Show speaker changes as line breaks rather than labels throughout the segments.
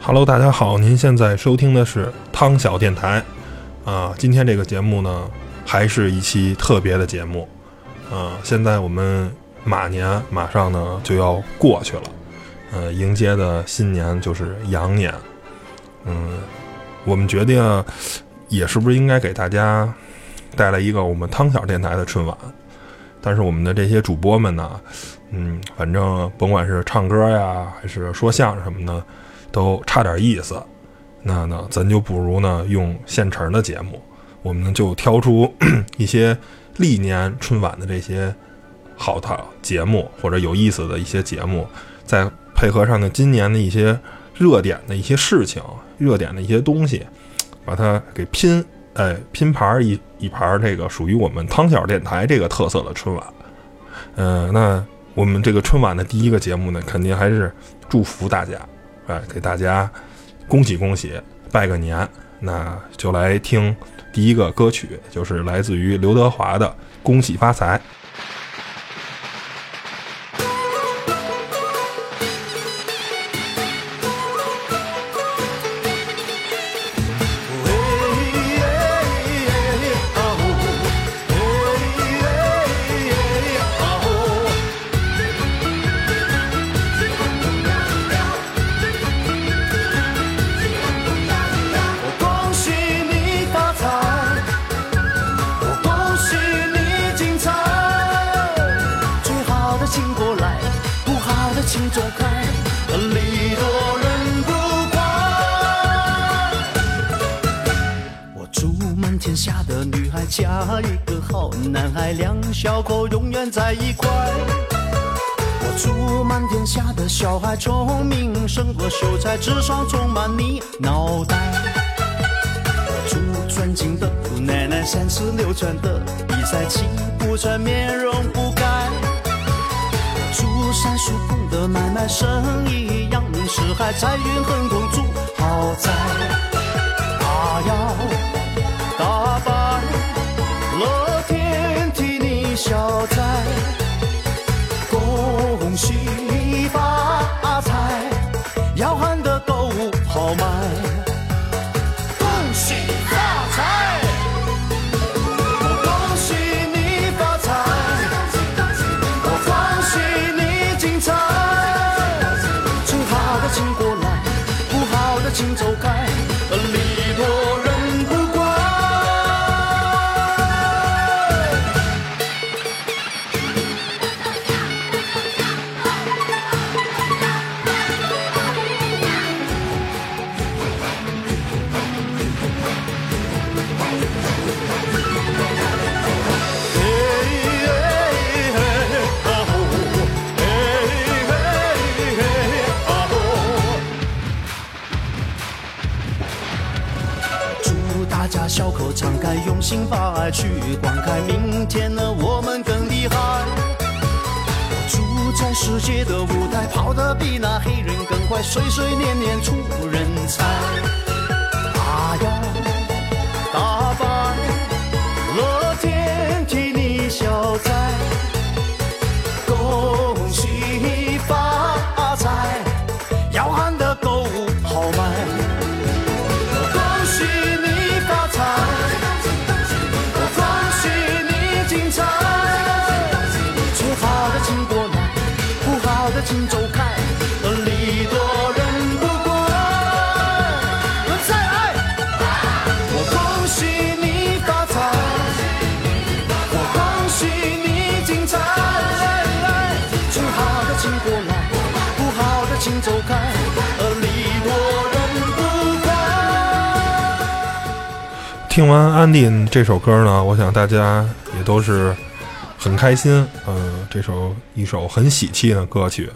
Hello，大家好，您现在收听的是汤小电台，啊，今天这个节目呢，还是一期特别的节目，啊，现在我们马年马上呢就要过去了，呃，迎接的新年就是羊年，嗯，我们决定啊也是不是应该给大家带来一个我们汤小电台的春晚，但是我们的这些主播们呢，嗯，反正甭管是唱歌呀，还是说相声什么的。都差点意思。那呢，咱就不如呢用现成的节目，我们呢就挑出 一些历年春晚的这些好的节目或者有意思的一些节目，再配合上呢今年的一些热点的一些事情、热点的一些东西，把它给拼，哎，拼盘儿一一盘儿这个属于我们汤小电台这个特色的春晚。嗯、那我们这个春晚的第一个节目呢，肯定还是祝福大家。哎，给大家恭喜恭喜，拜个年。那就来听第一个歌曲，就是来自于刘德华的《恭喜发财》。
我恭喜你发财，我恭喜你精彩。最好的请过来，不好的请走开，礼多人不怪。我祝满天下的女孩嫁一个好男孩，两小口永远在一块。我祝满天下的小孩聪明胜过秀才，智商充满你脑袋。我祝尊敬的姑奶奶三十六转的比赛气不喘，面容不改。我祝三叔公的买卖生意扬名四海，财运亨通，住豪宅。大摇大摆，乐天替你消灾。恭喜发财，要喊得够豪迈。恭喜发财，我恭喜你发财，我恭喜你精彩。最好的请过来，不好的请走开，礼多人不怪。祝大家笑口常开，用心把爱去灌溉。明天呢，我们更厉害。我祝在世界的舞台跑得比那黑人更快，岁岁年年出人才。啊大摇大摆，乐天替你消灾。恭喜发财，要喊得够豪迈。恭喜你发财，我恭喜你精彩。最好的请过来，不好的请走开，礼多人不怪。再爱，我恭喜你发财，我恭喜你精彩。最好的请过来，不好的请走开，礼多人不怪。
听完安迪这首歌呢，我想大家也都是很开心。嗯、这首一首很喜气的歌曲。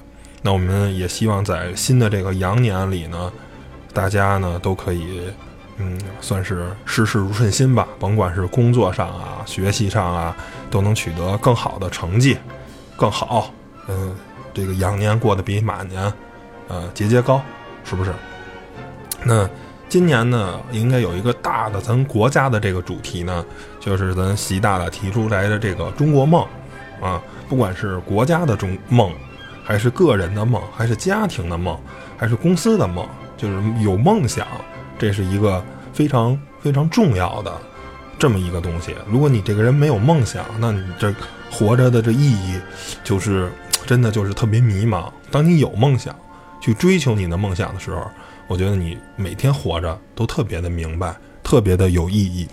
那我们也希望在新的这个羊年里呢，大家呢都可以，嗯，算是事事如顺心吧。甭管是工作上啊、学习上啊，都能取得更好的成绩，更好。嗯、这呃个羊年过得比马年，呃，节节高，是不是？那今年呢，应该有一个大的咱国家的这个主题呢，就是咱习大大提出来的这个中国梦啊，不管是国家的中梦，还是个人的梦，还是家庭的梦，还是公司的梦，就是有梦想，这是一个非常非常重要的这么一个东西。如果你这个人没有梦想，那你这活着的这意义就是真的就是特别迷茫。当你有梦想，去追求你的梦想的时候，我觉得你每天活着都特别的明白，特别的有意义。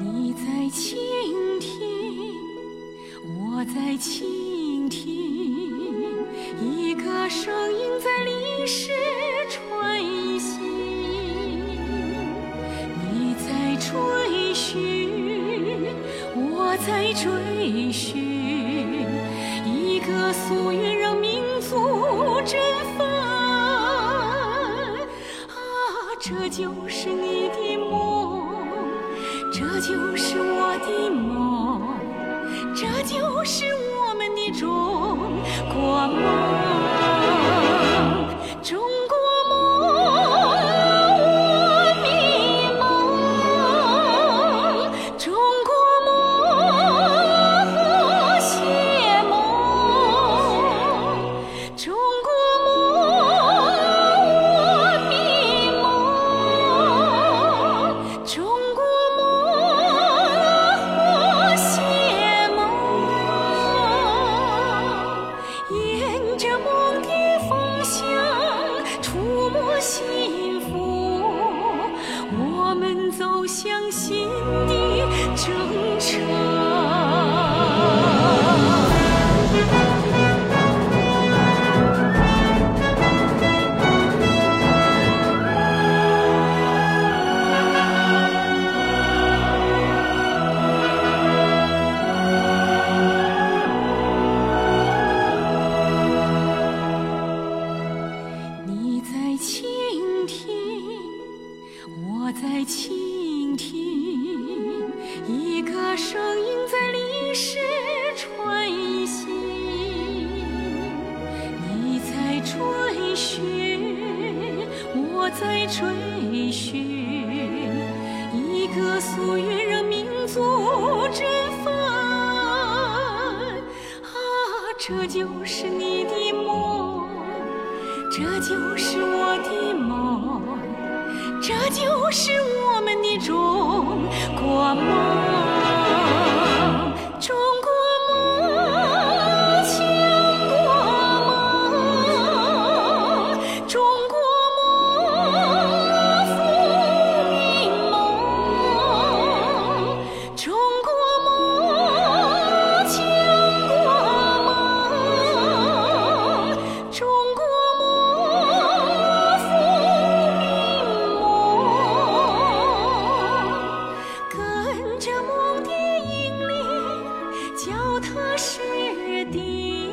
你在倾听，我在倾听，一个声音在历史穿行。你在追寻，我在追寻，一个夙愿让民族振奋。啊，这就是你的梦，这就是我的梦，这就是我们的中国梦，中国梦，我的梦，中国梦和谐梦，中国梦，我的梦，中国梦和谐梦，沿着梦的方向触摸幸福，我们走向新的征程。你在倾听，我在倾听，一个声音在历史穿行。你在追寻，我在追寻，一个夙愿让民族振奋。啊，这就是你的梦。这就是我的梦，这就是我们的中国梦。中国梦，强国梦，中国梦，富民梦，中国梦，强国梦，中国梦，富民梦，跟着梦的引领，脚踏实地，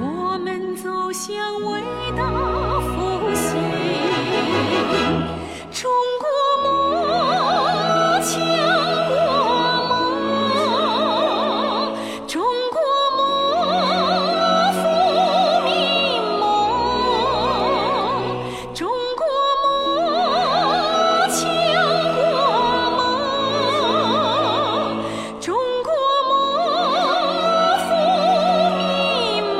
我们走向伟大复兴。中国梦，强国梦，中国梦，富民梦，中国梦，强国梦，中国梦，富民梦。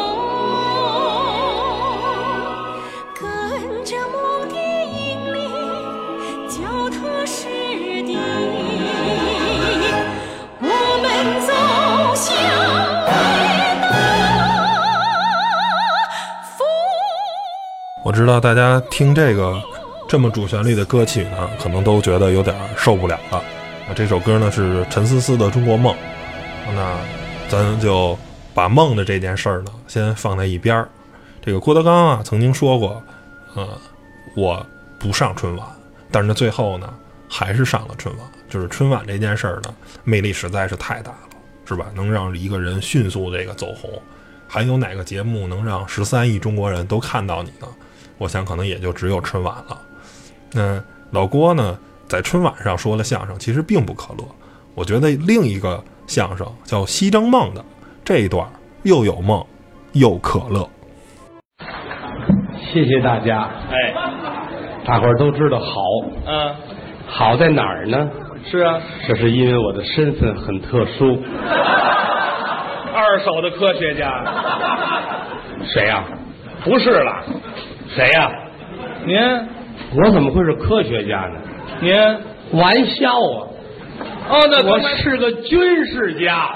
知道大家听这个这么主旋律的歌曲呢，可能都觉得有点受不了了。啊，这首歌呢是陈思思的《中国梦》，啊那咱就把梦的这件事儿呢先放在一边儿。这个郭德纲啊曾经说过，呃，我不上春晚，但是呢最后呢还是上了春晚。就是春晚这件事儿呢，魅力实在是太大了，是吧？能让一个人迅速这个走红，还有哪个节目能让十三亿中国人都看到你呢？我想可能也就只有春晚了。那老郭呢，在春晚上说了相声，其实并不可乐。我觉得另一个相声叫《西征梦》的这一段儿又有梦又可乐。
谢谢大家，
哎，
大伙儿都知道好，
嗯，
好在哪儿呢？
是啊，
这是因为我的身份很特殊。
二手的科学家，
谁呀、
不是啦，
谁呀、
您
我怎么会是科学家呢？
您
玩笑啊！
哦，那
我
刚才
是个军事家，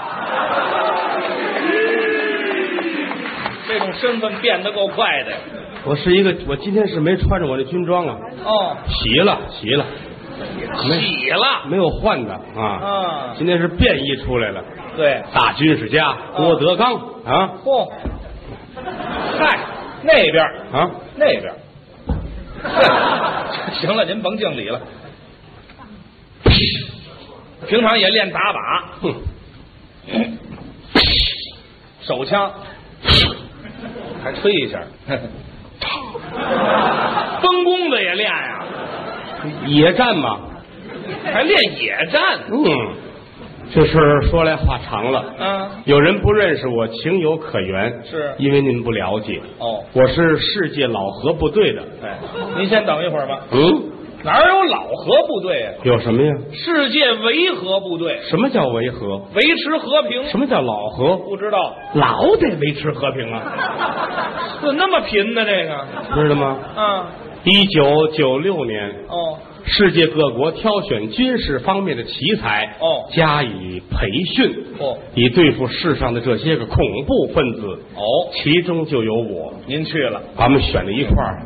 这种身份变得够快的
我是一个，我今天是没穿着我的军装啊，
哦，
洗了洗了，没
洗了，
没有换的啊。
嗯，
今天是便衣出来了，
对，
大军事家郭德纲啊
嚯，嗨，那边儿
啊！
那边 儿，哼行了，您甭敬礼了，平常也练打靶，
哼，
手枪，还吹一下，崩弓子也练呀、
野战嘛，
还练野战呢，
嗯，这事儿说来话长了。
啊，
有人不认识我，情有可原，
是
因为您不了解。
哦，
我是世界老河部队的。
哎，您先等一会儿吧。
嗯，
哪儿有老河部队啊？
有什么呀？
世界维和部队，
什么叫维和？
维持和平。
什么叫老河？
不知道，
老得维持和平啊，
怎么那么贫呢？这个
知道吗？
啊，
一九九六年，
哦，
世界各国挑选军事方面的奇才，
哦
加以培训，
哦，
以对付世上的这些个恐怖分子，
哦，
其中就有我。
您去了，嗯
把我们选在一块儿，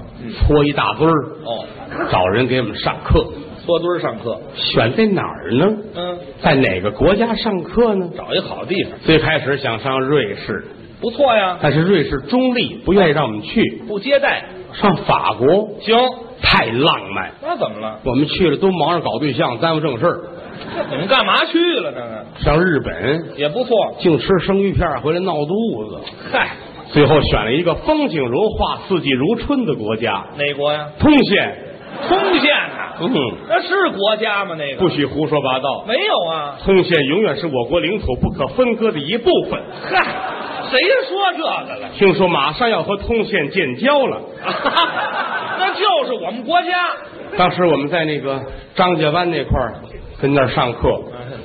搓一大堆儿，
哦，
找人给我们上课。
坐堆儿上课，
选在哪儿呢？
嗯，
在哪个国家上课呢？
找一好地方，
最开始想上瑞士，
不错呀，
但是瑞士中立，不愿意让我们去。
不接待，
上法国
行，
太浪漫，
那怎么了？
我们去了都忙着搞对象，耽误正事儿。
你们干嘛去了？这个
上日本
也不错，
净吃生鱼片儿，回来闹肚子。
嗨，
最后选了一个风景如画、四季如春的国家
哪国呀？
——通县。
通县啊，
嗯，
那是国家吗？那个
不许胡说八道。
没有啊，
通县永远是我国领土不可分割的一部分。
嗨，谁说这个了？
听说马上要和通县建交了，
那就是我们国家，
当时我们在那个张家湾那块儿跟那儿上课，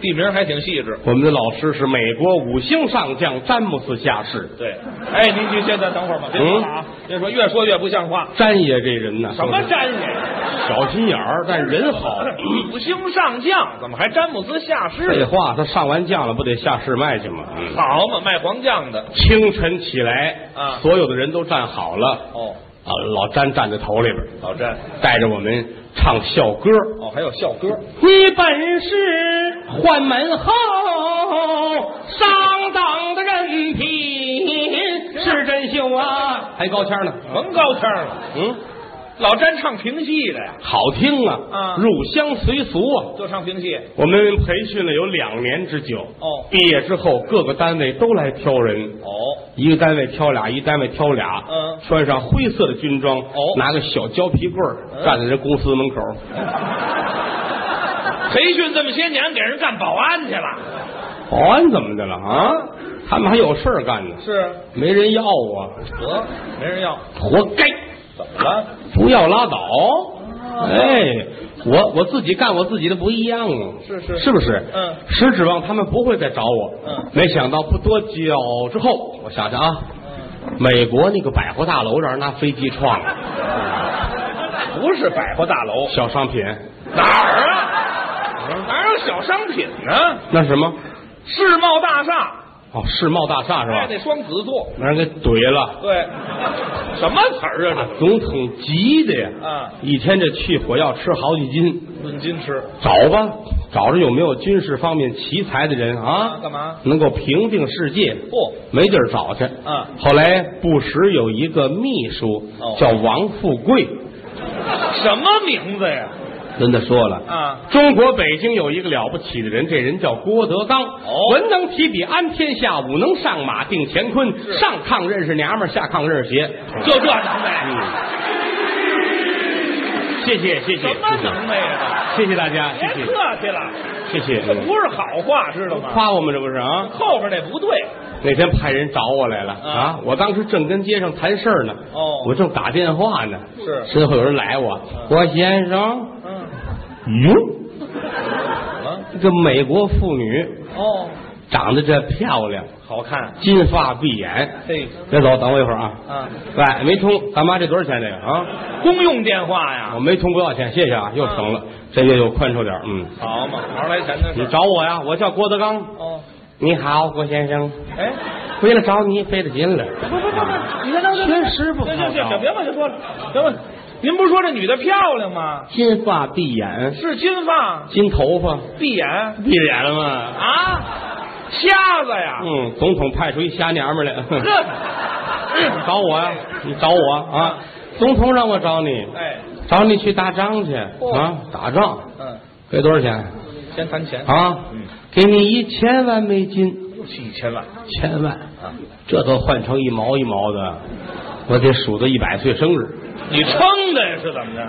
地名还挺细致。
我们的老师是美国五星上将詹姆斯下士。
对，哎，您您现在等会儿吧，别说了啊，
嗯
别说，越说越不像话。
詹爷这人呐，
什么
就是
詹爷？
小心眼儿，但人好。
五星上将，怎么还詹姆斯下
废
士？
话，他上完将了，不得下士卖去吗？嗯
好嘛，卖黄酱的。
清晨起来
啊
所有的人都站好了，
哦，
啊，老詹站在头里边，
老詹。
带着我们唱校歌。
哦，还有校歌。
你本是宦门后上党的人品是真秀啊，还高腔呢，
甭高腔了，
嗯，
老詹唱评戏的呀，
好听啊，
啊
入乡随俗啊。
就唱评戏。
我们培训了有两年之久，
哦
毕业之后各个单位都来挑人，
哦，
一个单位挑俩，一单位挑俩，
嗯
穿上灰色的军装，
哦
拿个小胶皮棍儿、
嗯
站在人公司门口，
培训这么些年，给人干保安去了。
保安怎么的了啊？他们还有事儿干呢，
是，
没人要啊，
得没人要，
活该。
怎么了？啊
不要拉倒。
哦
哎，我我自己干我自己的不一样啊，
是是
是不是？
嗯
实指望他们不会再找我，
嗯
没想到不多久之后，我想想啊，
嗯
美国那个百货大楼让人拿飞机撞了，
不是百货大楼，
小商品，
哪儿啊？哪有小商品呢？
那是什么？
世贸大厦
哦，世贸大厦是
哎，
吧？
那双子座，
让人给怼了，
对，什么词儿啊
总统急的呀！
啊
一天这去火药吃好几斤，
这？论斤吃
找吧，找着有没有军事方面奇才的人啊？
干嘛？
能够平定世界？
不，
没地儿找去。
嗯
后来不时有一个秘书
哦
叫王富贵，
什么名字呀？
跟他说了
啊，
中国北京有一个了不起的人，这人叫郭德纲。
哦
文能提笔安天下，武能上马定乾坤。上炕认识娘们儿，下炕认识鞋，就这能耐。
嗯
谢谢谢谢，
什么能耐呀？
谢谢谢谢大家，
别
谢
客气了，
谢谢谢
这
嗯
不是好话，知道吗？
夸我们这不是啊？
后边那不对，
那天派人找我来了
啊
啊！我当时正跟街上谈事儿呢，
哦
我正打电话呢，
是
身后有人来我，我先生，
嗯，
嗯，
怎么？
这美国妇女
哦，
长得这漂亮，
好看，
金发碧眼，
嘿，
别走，等我一会儿啊。
啊，
喂，没通，大妈这多少钱这个啊？
公用电话
我
呀，
没通不要钱，谢谢啊，又省了，这月又宽绰点儿，嗯。
好嘛，好来钱的事
你
儿。
找我呀？我叫郭德纲。
哦，
你好，郭先生，
哎，
为了找你费了劲了。
不不不不，你看当时
确实啊不好
行行
找
行，别往下说了，别往。您不是说这女的漂亮吗？
金发碧眼，
是金发
金头发，
碧眼
闭着眼了吗？
啊，瞎子呀？
嗯，总统派出一瞎娘们儿来，哼
这，
找我呀？你找我啊？总统让我找你，
哎，
找你去打仗去
哦
啊！打仗
嗯，
给多少钱
先谈钱，嗯
啊？给你一千万美金，
又是一千万
千万，
啊！
这都换成一毛一毛的，我得数到一百岁生日。
你撑的呀是怎么着？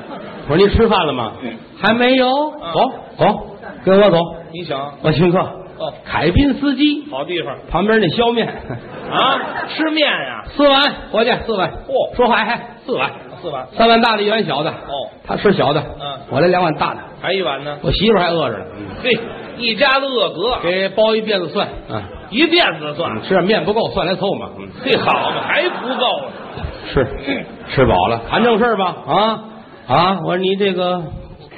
我说你吃饭了吗？还没有，
嗯啊
走走，跟我走，
你想
我请客。
哦，
凯宾斯基
好地方
旁边那削面，
啊，吃面呀，
四碗，伙计，四碗。
嚯
说话还四碗，
四碗，
三碗大的，一碗小的。
哦，
他吃小的，
嗯
我来两碗大的。
还一碗呢。
我媳妇儿还饿着呢，嗯
嘿，一家子饿格，
给包一辫子蒜，啊，
一辫子蒜
嗯，吃点面不够，蒜来凑嘛。嗯，
嘿，好嘛，还不够呢。
吃，吃饱了，谈正事儿吧。
嗯
啊啊，我说你这个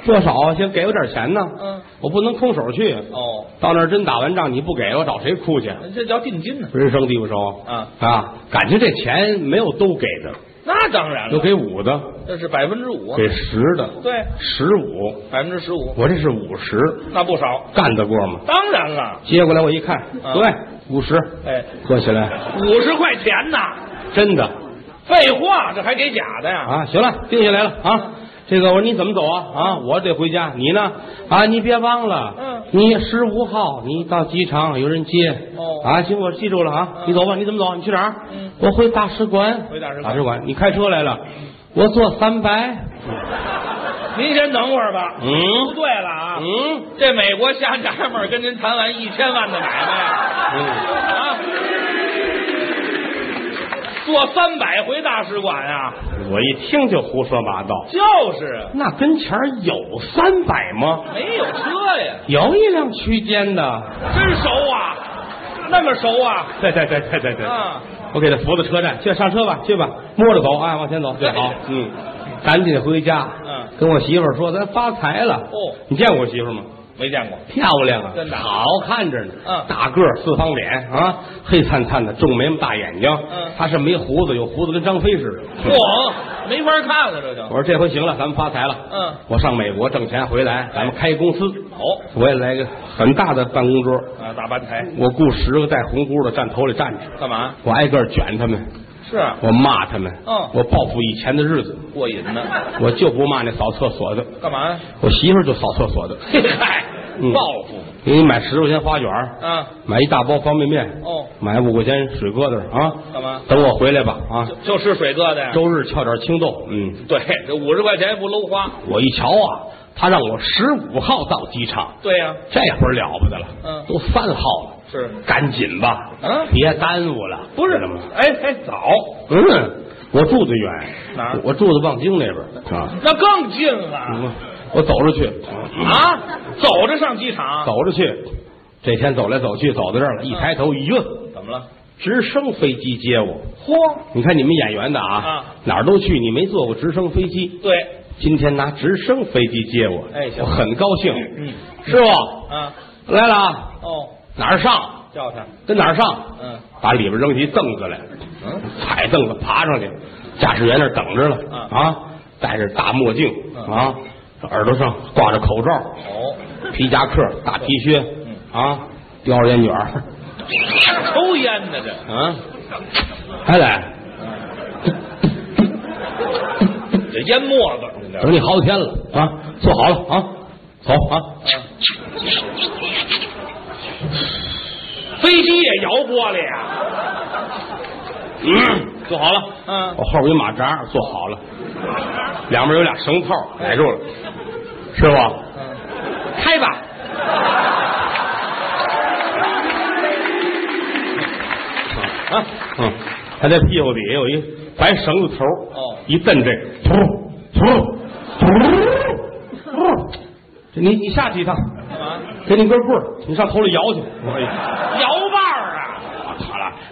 多少先给我点钱呢？
嗯，
我不能空手去。
哦，嗯
到那儿真打完仗你不给我找谁哭去？
这叫定金呢。
人生地不熟
啊
啊！感情这钱没有都给的，
那当然
有
了，
给五的，
这是百分之五啊，
给十的，
对，
十五，
百分之十五，
我这是五十，
那不少。
干得过吗？
当然了，
接过来我一看，
啊
对，五十，
哎，
喝起来，
五十块钱呐，
真的
废话，这还给假的呀？
啊！行了，定下来了啊！这个我说你怎么走啊？啊，我得回家，你呢？啊，你别忘了，
嗯
你十五号你到机场有人接，
哦
啊，行，我记住了啊，
嗯
你走吧，你怎么走？你去哪儿？
嗯
我回大使馆，
回大使馆
大使馆，你开车来了，我坐三百，
您先等会儿吧。不
嗯
对了啊，
嗯。
这美国瞎娘们儿跟您谈完一千万的买卖
嗯，
啊，坐三百回大使馆啊，
我一听就胡说八道。
就是
那跟前儿有三百吗？
没有车
啊
呀，
有一辆区间的。
真熟啊，那么熟啊
对对对对对对
啊，
我给他扶到车站，去上车吧，去吧，摸着走啊，往前走，对， 好，嗯，赶紧回家，
嗯，
跟我媳妇儿说，咱发财了。
哦，
你见过我媳妇儿吗？
没见过，
漂亮啊
真，的
好看着呢，
嗯
大个儿，四方脸啊，黑灿灿的，重眉毛，大眼睛，
嗯
她是没胡子，有胡子跟张飞似的。
嚯，没法看了这就
我，说这回行了，咱们发财了。
嗯，
我上美国挣钱回来，咱们开公司。
哦，
我也来个很大的办公桌，
啊，大班台
我雇十个戴红箍的站头里站着，
干嘛？
我挨个卷他们，
是啊，
我骂他们，
嗯
我报复以前的日子，
过瘾呢，
我就不骂那扫厕所的，
干嘛呀？
我媳妇儿就扫厕所的。
嘿嗨
嗯，
报复
给你买十块钱花卷儿，
啊，
买一大包方便面，
哦，
买五块钱水疙瘩啊，
干嘛？
等我回来吧啊，
就就吃水疙瘩呀。
周日翘点青豆，嗯，
对，这五十块钱不搂花。
我一瞧啊，他让我十五号到机场，
对呀、
这会儿了不得了，
嗯
都三号了，
是
赶紧吧，
嗯
别耽误了，
不
知
是
道吗？？
哎哎，早，
嗯，我住的远，
哪儿
我住的望京那边儿啊，
那更近了、
嗯我走着去，
啊！走着上机场，
嗯走着去，这天走来走去，走到这儿了，一抬头，哟，
怎么了？
直升飞机接我。
嚯，
你看你们演员的啊，
啊
哪儿都去，你没坐过直升飞机，
对，
今天拿直升飞机接我，
哎行
我很高兴。
嗯，
师傅
啊，
来了啊，
哦，
哪儿上？
叫他，
跟哪儿上？
嗯
打里边扔起一凳子来，
嗯
踩凳子爬上去，驾驶员那儿等着了
嗯
啊，戴着大墨镜
嗯
啊，耳朵上挂着口罩，
哦，嗯
皮夹克、大 T 恤啊，叼着烟卷儿，
抽烟呢这，
啊， 还来，
这烟沫子，你知道吗
等你好几天了啊，坐好了啊，走啊，
飞机也摇玻璃呀。 嗯，坐好了，嗯，
我后边一马扎坐好了，两边有俩绳套逮住了，师傅。
开吧。
啊，嗯，他这屁股底下有一白绳子头儿
哦
一蹬这，噗噗噗噗，这你你下去一趟，
啊，
给你根棍儿，你上头里摇去，哎呀，
摇把儿啊！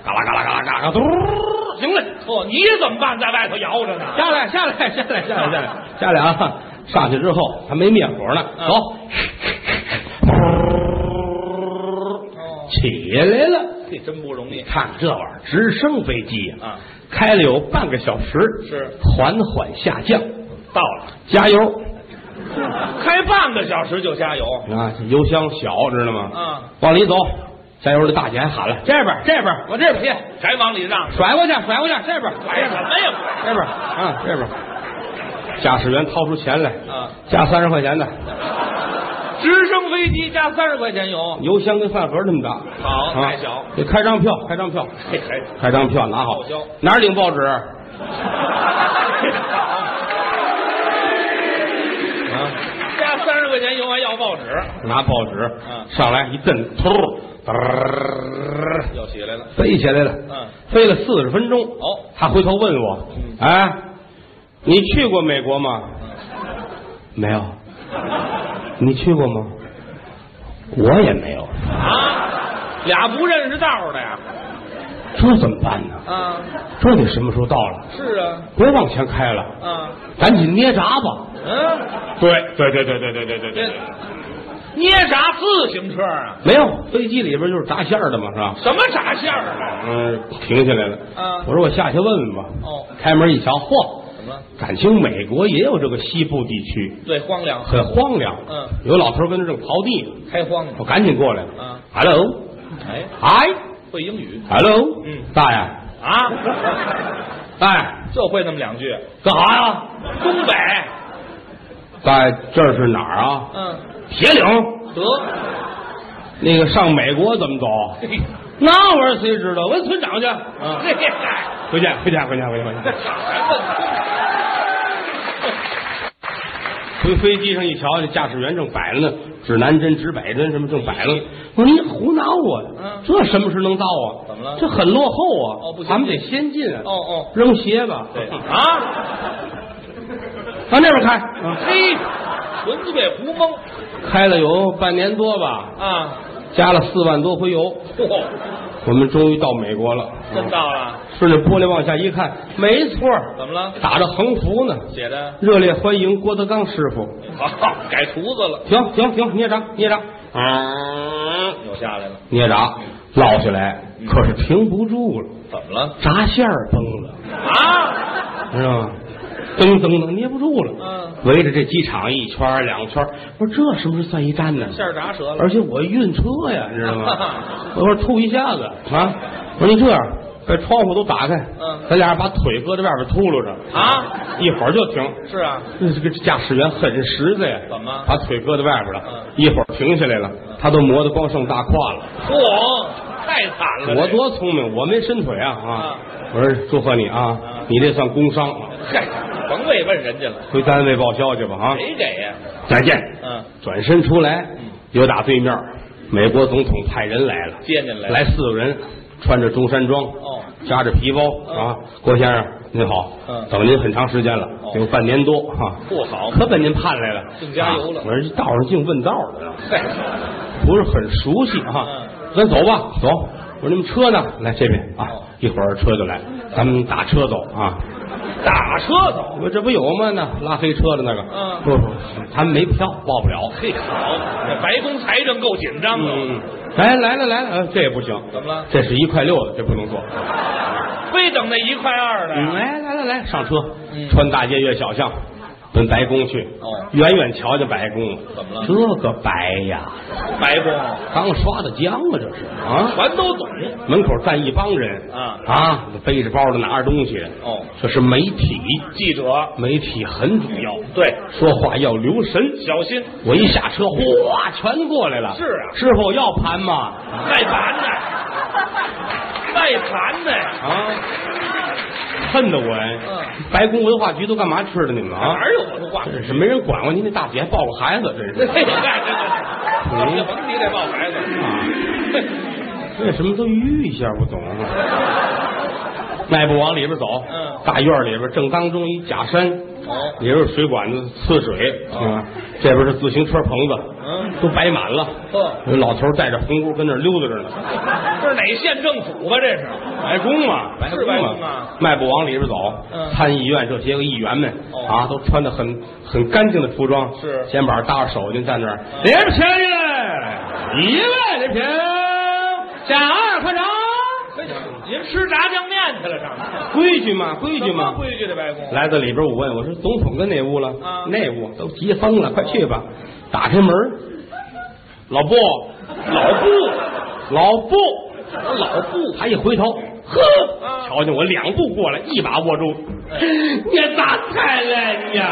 嘎啦嘎啦嘎啦嘎啦嘎啦，嘟，行了，
哦，你怎么办？在外头摇着呢？
下来下来下来下来下来下来啊！上去之后还没灭火呢，
嗯
走，起来了。
这真不容易。
看这玩意儿，直升飞机呀
啊
开了有半个小时，
是
缓缓下降，
到了，
加油
开半个小时就加油。
啊！这油箱小，知道吗？
嗯，
往里走，加油！这大姐还喊了：“这边，这边，往这边贴，
还往里让，
甩过去，甩过去，这边，
拐什么呀？
这边，啊，这边。”驾驶员掏出钱来，
啊，
加三十块钱的
直升飞机加三十块钱油，
油箱跟饭盒那么大，
好
啊
太小，
得开张票，开张票，
这还
开张票拿好
报销，
哪儿领报纸？啊，
加三十块钱油还要 报纸，
拿报纸，
嗯
上来一蹬，突，嘚儿
又起来了。
飞起来了，
嗯，
飞了四十分钟。
哦，嗯
他回头问我，哎，你去过美国吗？没有。你去过吗？我也没有。
啊，俩不认识道的呀。
这怎么办呢？
啊，
这嗯得什么时候到了？
是啊，
别往前开了，
啊，
赶紧捏闸吧。
嗯，
对对对对对对对对
这捏啥自行车啊？
没有，飞机里边就是闸线儿的嘛，是吧？
什么炸馅儿啊？
嗯，啊停下来了。
嗯
我说我下去问问吧。
哦
开门一瞧，嚯，
怎么？
感情美国也有这个西部地区。
对，荒凉，
很荒凉。
嗯
有老头儿跟着正刨地呢，
开荒
我
了。
赶紧过来。
嗯
，Hello，
哎，
哎
会英语
，Hello，
嗯
大爷，
啊？
大爷，
就会那么两句。
干啥呀？
东北，
大爷，这是哪儿啊？
嗯，
铁岭，
得，
那个上美国怎么走？
嘿
那玩意儿谁知道？问村长去。
嗯，
嗯，
这嗨
回见，回见，回见，回见，回
这
见。
啥问
回飞机上一瞧，这驾驶员正摆着呢，指南针、指北针什么正摆着呢。我说你胡闹啊
嗯！
这什么时候能到啊？
怎么了
这很落后啊！
哦不行
咱们得先进啊！
哦哦
扔鞋吧。
对
啊，
啊？
往那边开。啊
嘿，纯粹胡蒙
开了有半年多吧，
啊！
加了四万多回油，
嚯，
我们终于到美国了。嗯
真到了，
顺着玻璃往下一看，没错儿，
怎么了？
打着横幅呢，
写的
热烈欢迎郭德纲师傅。
好，改厨子了，
停停停，捏闸捏闸，嗯，
啊又下来了，嗯
捏闸落下来，可是停不住了，
怎么了？
闸线儿崩了，
啊？
知道吗？噔噔噔，捏不住了。
嗯，
围着这机场一圈儿两圈儿，我说这什么时候算一站呢？
馅儿炸折了，
而且我晕车呀，你知 道吗？我说吐一下子啊！我说你这样，把窗户都打开，
嗯
咱俩把腿搁在外边秃噜着
啊，
一会儿就停。
是啊，
这个驾驶员很实在呀，
怎么
把腿搁在外边了？
嗯
一会儿停下来了，他都磨得光剩大胯了。
嚯，太惨了，
我多聪明，我没伸腿啊啊
啊！
我说祝贺你啊
嗯，
你这算工伤啊，
嗨，甭慰问人家了，
回单位报销去吧啊！
谁给呀？
再见。
嗯，
转身出来，又打对面，美国总统派人来了。
接进来
来四个人，穿着中山装，
哦，
扎着皮包
嗯
啊。郭先生您好，
嗯
等您很长时间了
哦，
有半年多哈，
不好，
可把您盼来了，
净加油了
啊我说这道上净问道的，
嗨，
不是很熟悉哈
嗯。
咱走吧，走。我说你们车呢？来这边啊
哦，
一会儿车就来，咱们打车走啊。
打车走。
我这不有吗？那拉黑车的那个，
嗯
不不，他们没票，报不了。
嘿，好，这白宫财政够紧张的。啊
嗯，哎，来了来了，呃，这也不行，
怎么了
这是一块六的，这不能做。
非等那一块二的
嗯，
呀？
来来来来，上车，
啊嗯
穿大街越小巷，奔白宫去。
哦
远远瞧见白宫了，
怎么了
这个白呀，
白宫啊
刚刷的浆啊，这是啊。
全都懂。
门口站一帮人
啊
啊，背着包的，拿着东西。
哦，
这是媒体，
记者
媒体很主要，
对，
说话要留神。
小心，
我一下车，哗，全过来了。
是啊
师傅要盘吗？
带盘的，带盘的呀，
啊，恨得我呀！
嗯
白宫文化局都干嘛吃的你们啊？
哪有我的话？
真是没人管过您那大姐还抱个孩子， 真
这
是
个这个，这甭提这抱孩子
啊为什么都吁一下不懂？迈步往里边走，
嗯
大院里边正当中一假山，
哦
里边有水管子呲水，
哦
啊，这边是自行车棚子，
嗯
都摆满了，
呵
有老头带着红箍跟那儿溜达着呢，
这是哪县政府吧？这是
白宫嘛，
是
白
白
宫
宫
嘛
啊，
迈步往里边走，
嗯
参议院这些个议员们
哦
啊，都穿的很很干净的服装，
是嗯
肩膀搭着手巾站那儿，别便宜了，一万的平，加二块张，
哎您吃炸酱面去了上哪？
规矩嘛，规矩
什
嘛
么。规矩的白宫，
来到里边，我问我说：“总统跟哪屋了？
啊哦
那屋都急疯了，快去吧！”打开门， 老布，老布，老布，老布，他一回头，呵，
啊哎
瞧见我两步过来，一把握住， 你咋才来呢？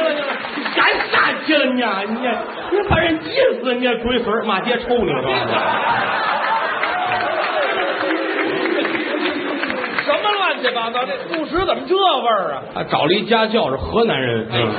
行了行了，
干啥去了你？你你把人急死，你鬼孙儿骂街抽你！我告诉 你，
什么乱七八糟？这素食怎么这味儿啊？
他找了一家教是河南人。
哎
嗯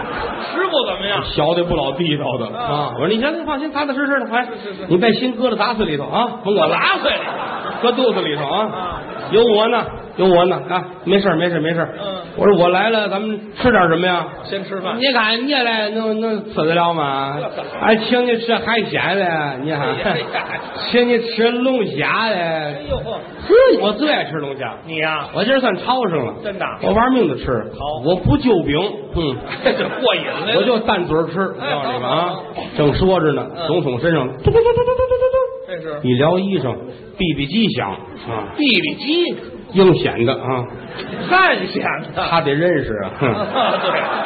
吃过怎么样？
学的不老地道的
啊嗯
我说你行，你放心，踏踏实实的，哎，
是是
你别心搁到杂碎里头啊，甭管了，
拉碎了，
搁肚子里头啊
啊，
有我呢，有我呢啊，没事儿没事儿没事儿
嗯
我说我来了，咱们吃点什么呀？
先吃饭。
你看你来能能吃得了吗 哎
这怎么？
俺请你吃海鲜嘞，你看
哎呀，
请你吃龙虾
哎
嘞，
呦嚯，
呵，我最爱吃龙虾，
你呀，
我今儿算超上了，
真的啊
我玩命的吃，
好
我不就饼，嗯。
这过瘾了。
我就淡嘴儿吃，我
哎
告诉你们
好
啊
好好，
正说着呢，
嗯
总统身上嘟嘟嘟嘟嘟嘟
这
嘟
是
嘟，一撩衣裳，BB 机响啊，
地里鸡，
应显的啊，
汉显的。
他得认识啊。哼
啊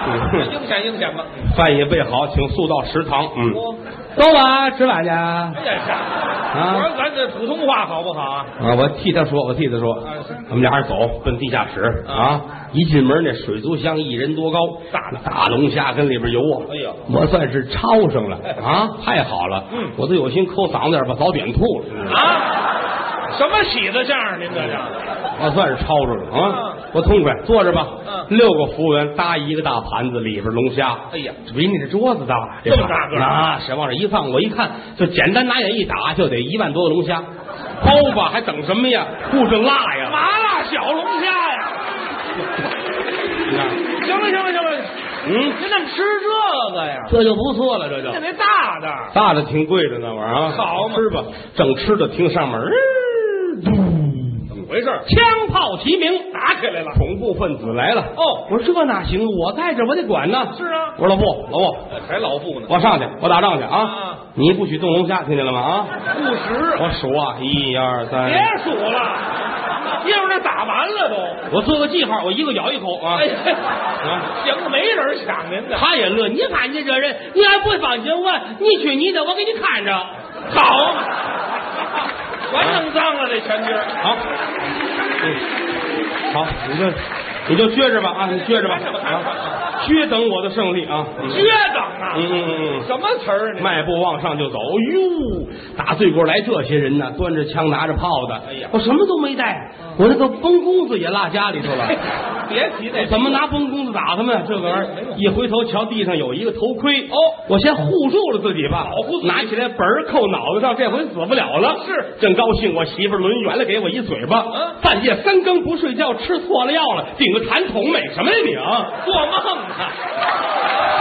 嗯
对，应显应显吧。
饭也备好，请速到食堂。嗯
我，
走啊，吃饭去啊！
哎呀，
啊
啥？我说咱这普通话好不好啊？
啊，我替他说，我替他说
啊是，
我们俩人走奔地下室
啊
啊！一进门那水族箱一人多高，大大龙虾跟里边游啊！
哎呦
我算是超上 了啊！太好了，
嗯
我都有心抠嗓子眼儿把早点吐了，你知道吗
啊，什么喜字相声？您这是？
嗯我算是抄着了啊
嗯！
我痛快，坐着吧。
嗯
六个服务员搭一个大盘子，里边龙虾。
哎呀，
比你这桌子大，
这么大个儿
啊！是往这一放，我一看，就简单拿眼一打，就得一万多个龙虾，包吧，还等什么呀？顾正辣呀！
麻辣小龙虾呀！
你看，
行了行了行了，
嗯，
您怎么吃这个呀？
这就不错了，这就
这那大的，
大的挺贵的那玩意儿啊，
好嘛
吃吧。正吃着，听上面，呃
怎么回事？
枪炮齐鸣，
打起来了。
恐怖分子来了。
哦
我说这哪行？我带着，我得管呢。
是啊
我说老布，哎老布，
还老布呢，
我上去，我打仗去啊
啊！
你不许动龙虾，听见了吗？啊！
不实，
我数啊，一二三，
别数了，一会儿这打完了都。
我做个记号，我一个咬一口啊
哎！呀，
啊！
行，没人想您的，
他也乐，你看你这人，你还不放心我？你去你的，我给你看着。
好
啊
嘛，全弄脏了这全军。
好，嗯，好，你就你就撅着吧啊，你撅着吧，啊，撅等我的胜利啊！嗯
约等啊！
嗯嗯嗯嗯
什么词儿啊？你
迈步往上就走，哟，打对过来这些人呢，端着枪拿着炮的，
哎呀嗯
我什么都没带，我那个崩弓子也落家里头了。
别提那
怎么拿崩弓子打他们？这个玩意
没
儿
用
一回头瞧地上有一个头盔，
哦
我先护住了自己吧，保护拿起来本儿扣脑袋上，这回死不了了。
是，
正高兴，我媳妇儿抡圆了给我一嘴巴。
嗯
半夜三更不睡觉，吃错了药了，顶个痰桶美什么呀你啊？
做梦呢？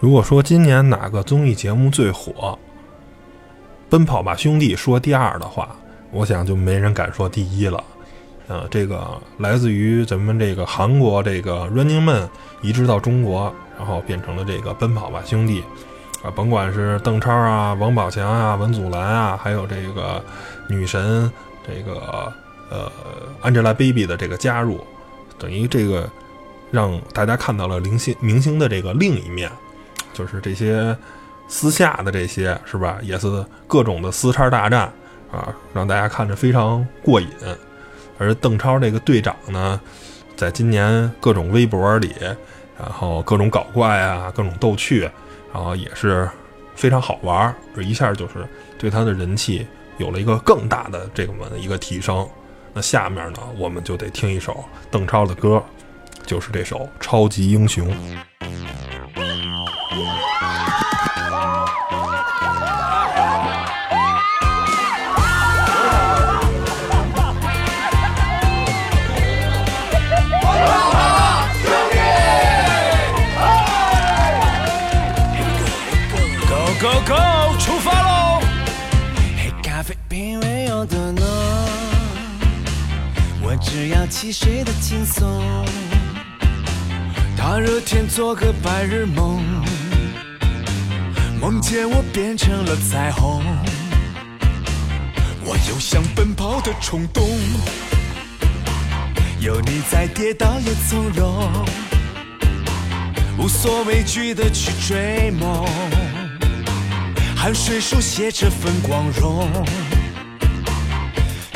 如果说今年哪个综艺节目最火，《奔跑吧兄弟》说第二的话，我想就没人敢说第一了。呃，这个来自于咱们这个韩国这个 Running Man 移植到中国，然后变成了这个《奔跑吧兄弟》啊，甭管是邓超啊、王宝强啊、文祖蓝啊，还有这个女神这个呃 Angelababy 的这个加入，等于这个让大家看到了明星明星的这个另一面，就是这些私下的这些是吧，也是各种的撕叉大战啊，让大家看着非常过瘾。而邓超这个队长呢，在今年各种微博里，然后各种搞怪啊，各种逗趣，然后也是非常好玩儿，这一下就是对他的人气有了一个更大的这么一个提升。那下面呢，我们就得听一首邓超的歌，就是这首《超级英雄》。
Go Go Go，出发喽！黑咖啡品味有多浓，我只要汽水的轻松。大热天做个白日梦，梦见我变成了彩虹，我有想奔跑的冲动，有你在，跌倒也从容，无所畏惧的去追梦。汗水书写这份光荣。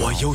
我有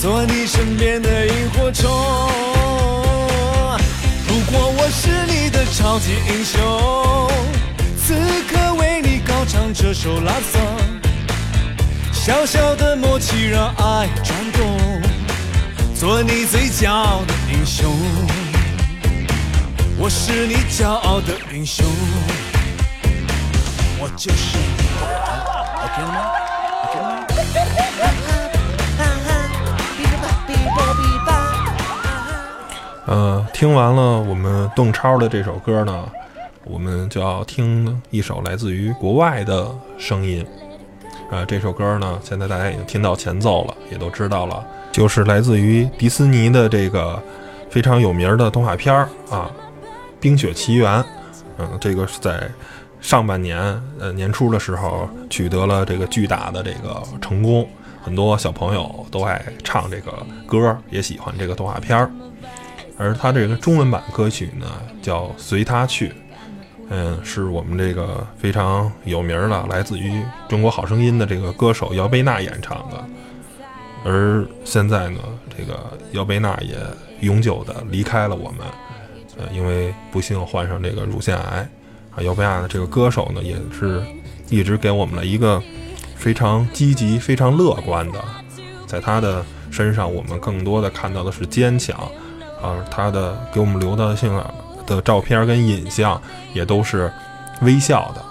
做你身边的萤火虫。如果我是你的超级英雄，此刻为你高唱这首 love song，小小的默契让爱转动，做你最骄傲的英雄。我是你骄傲的英雄，我就是你。OK 了吗？OK 了吗？
呃，听完了我们邓超的这首歌呢，我们就要听一首来自于国外的声音。呃，这首歌呢，现在大家已经听到前奏了，也都知道了，就是来自于迪士尼的这个非常有名的动画片儿啊，《冰雪奇缘》。嗯，这个是在上半年呃年初的时候取得了这个巨大的这个成功，很多小朋友都爱唱这个歌儿，也喜欢这个动画片儿。而它这个中文版歌曲呢叫《随他去》，嗯，是我们这个非常有名儿的，来自于《中国好声音》的这个歌手姚贝娜演唱的。而现在呢，这个姚贝娜也永久的离开了我们，呃，因为不幸患上这个乳腺癌。啊，姚贝娜的这个歌手呢，也是一直给我们了一个非常积极、非常乐观的，在她的身上，我们更多的看到的是坚强，啊，她的给我们留的性的照片跟影像也都是微笑的。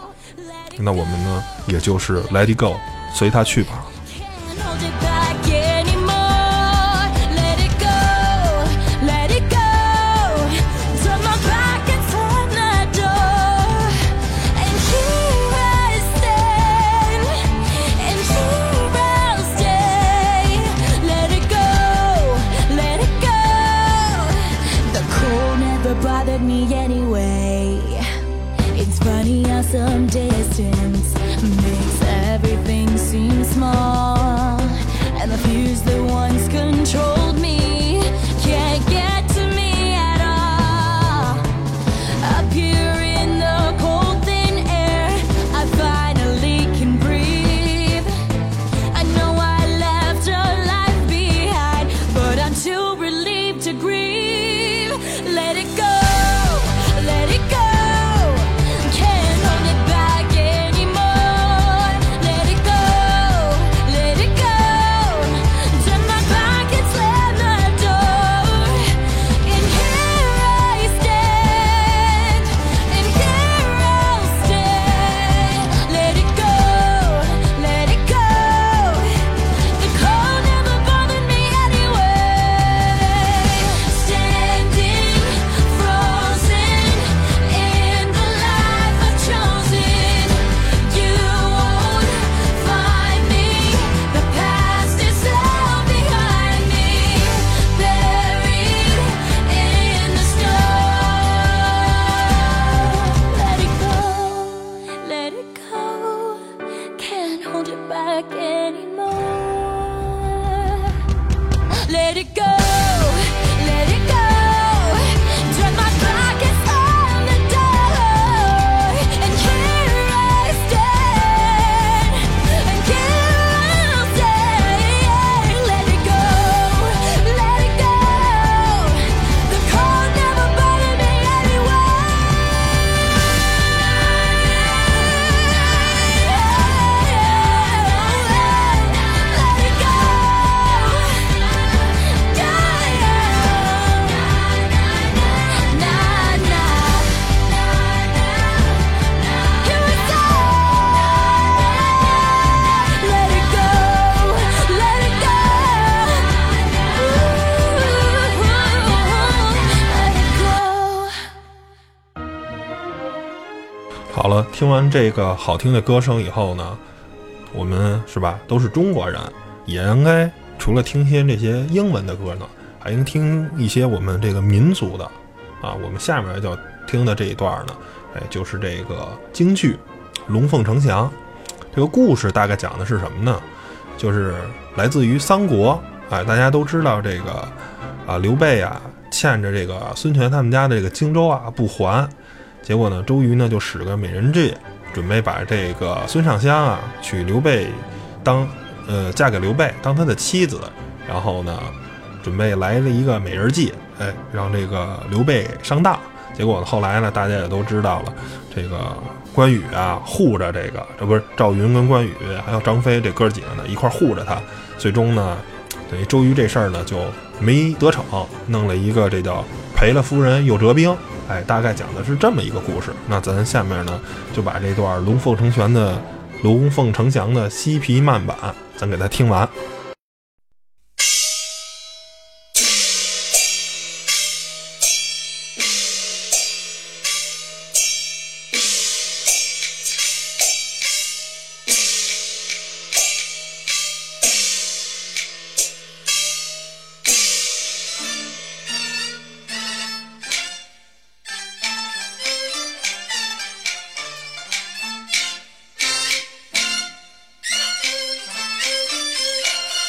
那我们呢，也就是 Let it go，随她去吧。
Can't hold it back anymore. Let it go, let it go. Turn my back inside my door, and here I stand, and here I'll stay. Let it go, let it go. The cold never bothered me anyway. It's funny how some distance makes everything seem small. And the fuse that once controlled me can't get to me at all. Up here in the cold thin air, I finally can breathe. I know I left a life behind, but I'm too relieved to grieve. Let it go, let it go. Can't hold it back anymore. Let it go, let it go. Turn my back and slam the door. And here I stand, and here I'll stay. Let it go, let it go. The cold never bothered me anyway. Standing frozen in the life I've chosen, you won't find me. The past is all behind me, buried in the snow. Let it go, let it go. Can't hold it back anymore. Let it go. Let it go. Turn my back and slam the door. And here I stand. And here I'll stay. Let it go. Let it go. The cold never bothered me anyway. Let it go. Yeah. Nah, nah. Here we go. Let it go, let it go. Let it go.
好了，听完这个好听的歌声以后呢，我们是吧，都是中国人，也应该除了听些这些英文的歌呢，还应听一些我们这个民族的啊。我们下面要听的这一段呢，哎，就是这个京剧《龙凤呈祥》。这个故事大概讲的是什么呢？就是来自于三国，哎，大家都知道这个啊，刘备啊欠着这个孙权他们家的这个荆州啊不还，结果呢，周瑜呢就使个美人计，准备把这个孙尚香啊娶刘备当呃嫁给刘备当他的妻子，然后呢，准备来了一个美人计，哎，让这个刘备给上当。结果呢，后来呢，大家也都知道了，这个关羽啊护着这个，这不是赵云跟关羽还有张飞这哥几个呢一块儿护着他，最终呢，等于周瑜这事儿呢就没得逞，弄了一个这叫赔了夫人又折兵，哎，大概讲的是这么一个故事。那咱下面呢就把这段龙凤呈祥的龙凤呈祥的西皮慢板，咱给它听完。
Thank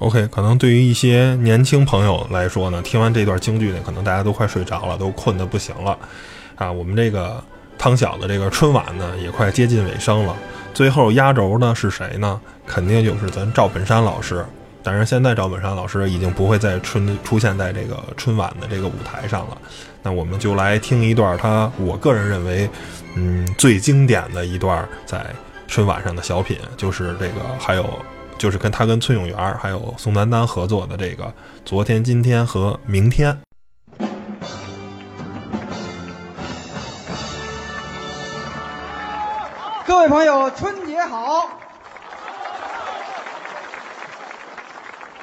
OK，可能对于一些年轻朋友来说呢，听完这段京剧呢，可能大家都快睡着了，都困得不行了，啊，我们这个汤小的这个春晚呢，也快接近尾声了。最后压轴呢是谁呢？肯定就是咱赵本山老师。但是现在赵本山老师已经不会在春出现在这个春晚的这个舞台上了。那我们就来听一段他，我个人认为，嗯，最经典的一段在春晚上的小品，就是这个，还有就是跟他跟崔永元儿还有宋丹丹合作的这个《昨天、今天和明天》。
各位朋友，春节好！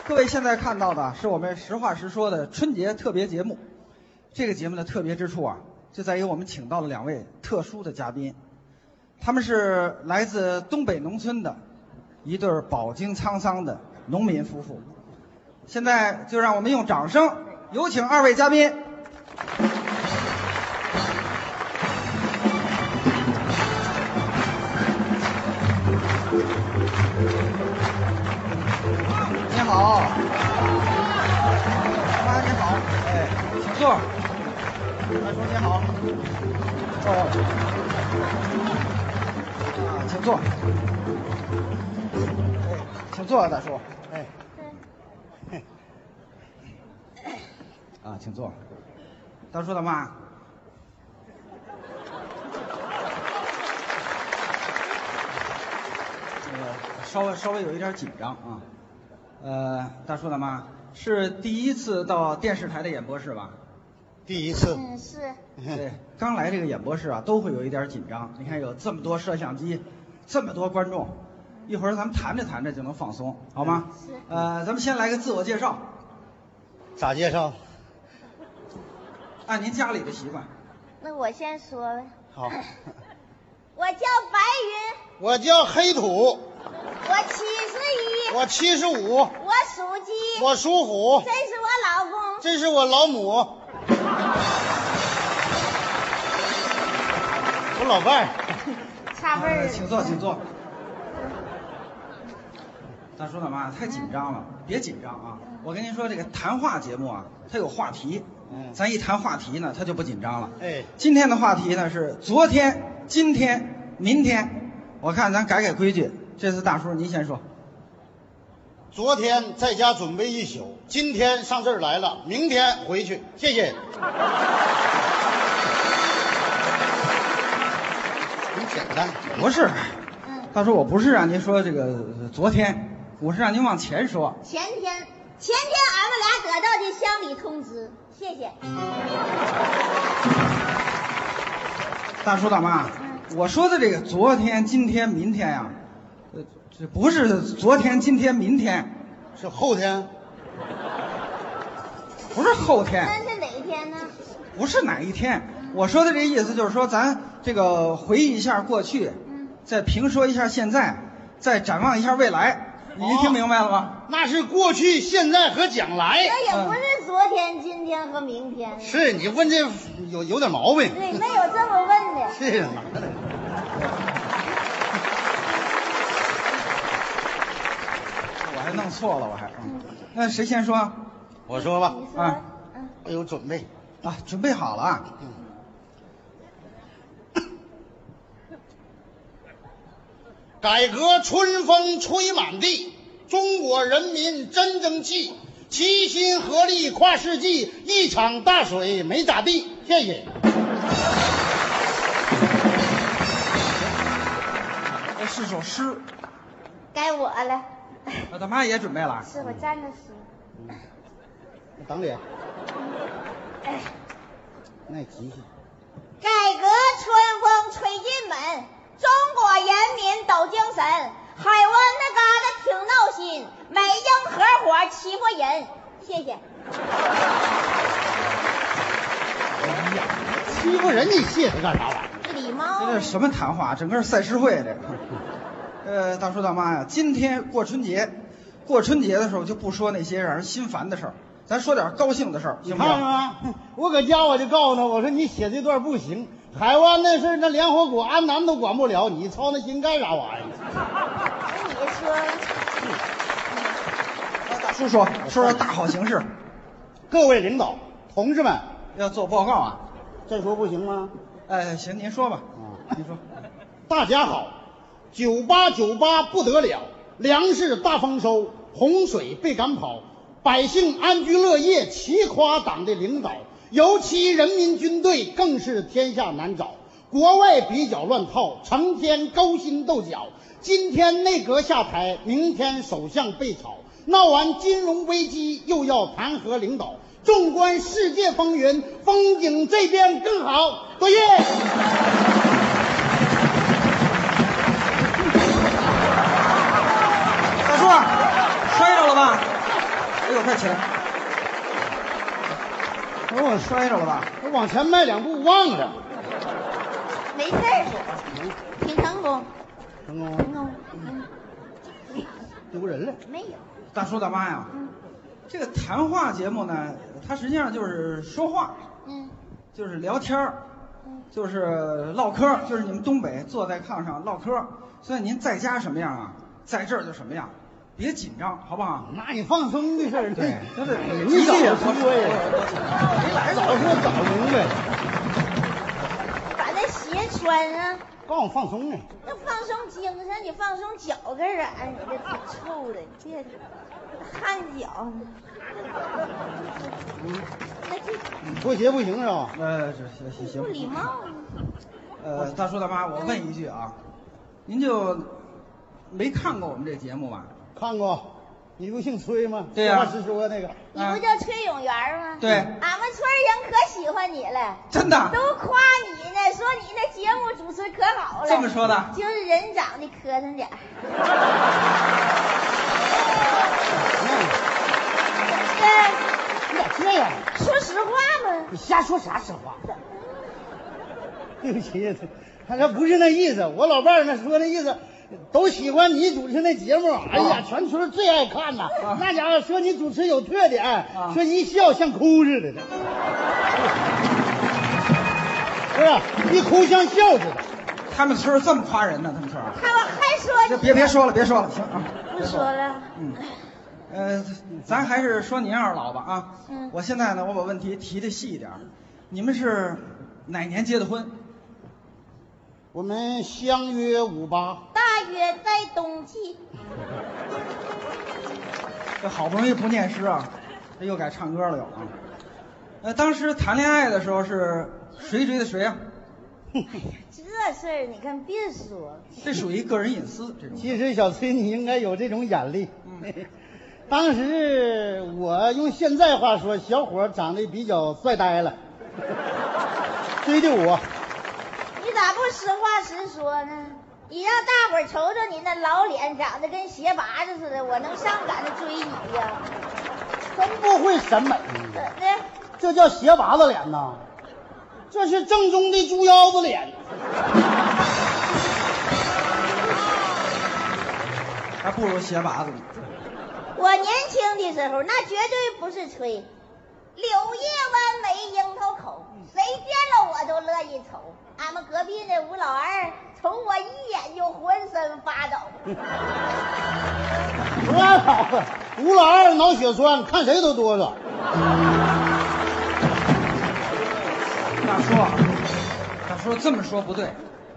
各位现在看到的是我们实话实说的春节特别节目。这个节目的特别之处啊，就在于我们请到了两位特殊的嘉宾，他们是来自东北农村的一对儿饱经沧桑的农民夫妇。现在就让我们用掌声有请二位嘉宾。您好，妈，您好，哎，请坐。大叔您好，哦，啊，请坐。哎，请坐，大叔。哎，嘿啊，请坐。大叔他妈，那个稍微稍微有一点紧张啊。呃，大叔大妈是第一次到电视台的演播室吧？
第一次，
嗯，是，
对，刚来这个演播室啊，都会有一点紧张。你看有这么多摄像机，这么多观众，一会儿咱们谈着谈着就能放松，好吗？
是
呃，咱们先来个自我介绍，
咋介绍？
按您家里的习惯。
那我先说了，
好，
我叫白云，
我叫黑土，
我七十一，
我七十五，
我属鸡，
我属虎
这，是我老公，
这是我老母，我老伴儿。
差辈儿
呃请
了。
坐，请坐。大叔大妈太紧张了，别紧张啊！我跟您说，这个谈话节目啊，它有话题，
嗯
咱一谈话题呢，它就不紧张了。
哎
今天的话题呢是昨天、今天、明天。我看咱改改规矩，这次大叔您先说。
昨天在家准备一宿，今天上这儿来了，明天回去，谢谢。很简单，
不是，
嗯，
大叔，我不是让您说这个呃昨天，我是让您往前说。
前天，前天俺们俩得到的乡里通知，谢谢。
大叔大妈，我说的这个昨天、今天、明天呀、呃，这不是昨天、今天、明天，
是后天，
不是后
那
天，
是哪一天呢？
不是哪一天。我说的这意思就是说，咱这个回忆一下过去，
嗯，
再评说一下现在，再展望一下未来。您
哦
听明白了吗？
那是过去、现在和将来。
那也不是昨天、今天和明天。
是你问这有有点毛病。
对，没有这么问的。
是啊哪儿的？
我还弄错了，我还。嗯那谁先说？啊，
我说吧，
你说
啊，
嗯，
我有准备。
准备好了啊。
改革春风吹满地，中国人民真争气，齐心合力跨世纪，一场大水没咋地。谢谢。
这呃是首诗，
该我了，
我他妈也准备了。啊
是我站着说。
等你，
哎。
那急去。
改革春风吹进门，中国人民都精神。海湾那旮瘩挺闹心，美英合伙欺负人。谢谢。
欺负人，你谢他干啥玩意儿？
这礼貌
这是什么谈话？整个赛诗会啊这个。呃，大叔大妈呀，今天过春节，过春节的时候就不说那些让人心烦的事儿，咱说点高兴的事儿，
你
行嗯不
看见
行？
没？我搁家我就告诉他，我说你写这段不行。海湾那事儿，那联合国安南都管不了，你操那心干啥玩意儿？
你说
啊大叔，说说说说大好形势，
各位领导、同志们，
要做报告啊。
这时候不行吗？
呃，行，您说吧。
啊
您说。
大家好，九八九八不得了，粮食大丰收，洪水被赶跑，百姓安居乐业，齐夸党的领导，尤其人民军队更是天下难找。国外比较乱套，成天勾心斗角。今天内阁下台，明天首相被炒，闹完金融危机又要弹劾领导。纵观世界风云，风景这边更好。多谢。
大叔，摔着了吧？哎呦，快起来！我说我摔着了吧？
我往前迈两步，忘了。
没事儿，挺成功，
成功
成功，嗯，
丢人了。
没有，
大叔大妈呀，这个谈话节目呢，它实际上就是说话，
嗯，
就是聊天儿，就是唠嗑儿，就是你们东北坐在炕上唠嗑儿。所以您在家什么样啊，在这儿就什么样，别紧张，好不好？
那你放松的事儿，
对，对对，
你早说呀，
呀，没来
早
早
说早明白，
把那鞋穿上，
告诉我放松呢。
那放松精神，你放松脚干啥？你这挺臭的，你别汗脚。那这
你脱鞋不行是吧？
呃，这行行行，
不礼貌啊。
呃，大叔大妈，我问一句啊，您就没看过我们这节目吧？
看过，你不姓崔吗？
对啊呀
实话实说那个，
你不叫崔永元吗？
嗯对
俺们村人可喜欢你了，
真的？
都夸你呢，说你那节目主持可好了。
这么说的
就是人长得磕碜点儿。
嗯
对，
你咋这样？
说实话嘛，
你瞎说啥实话？ 对不起，他这不是那意思。我老伴儿那说那意思，都喜欢你主持那节目。哎呀，全村最爱看呐、
啊
那家伙说你主持有特点，
啊
说一笑像哭似的的，不是一哭像笑似的。
他们村儿这么夸人呢？他们村儿？
他们还说
这
你
别别说了，别说了，行啊，
不说了。
嗯，呃，咱还是说您二老吧啊。
嗯
我现在呢，我把问题提的细一点儿，你们是哪年结的婚？
我们相约五八，
大约在冬季，
这好不容易不念诗啊，这又改唱歌了又啊。呃，当时谈恋爱的时候是谁追的谁啊？
这事儿你看别说了。
这属于个人隐私这种。
其实小崔你应该有这种眼力。
嗯
当时我用现在话说，小伙儿长得比较帅呆了，追的我。
你咋不实话实说呢？你让大伙儿瞅瞅你那老脸，长得跟鞋拔子似的，我能上赶着追你呀、呃
真不会审美，
怎的？
这叫鞋拔子脸呐，这是正宗的猪腰子脸。
还不如鞋拔子呢。
我年轻的时候，那绝对不是吹。柳叶弯眉樱桃口，
嗯
谁见了我都乐意瞅。俺们隔壁那吴老二瞅我一眼就浑身发抖。
拉倒吧，吴啊老二脑血栓，看谁都哆嗦。
大叔啊，大叔这么说不对。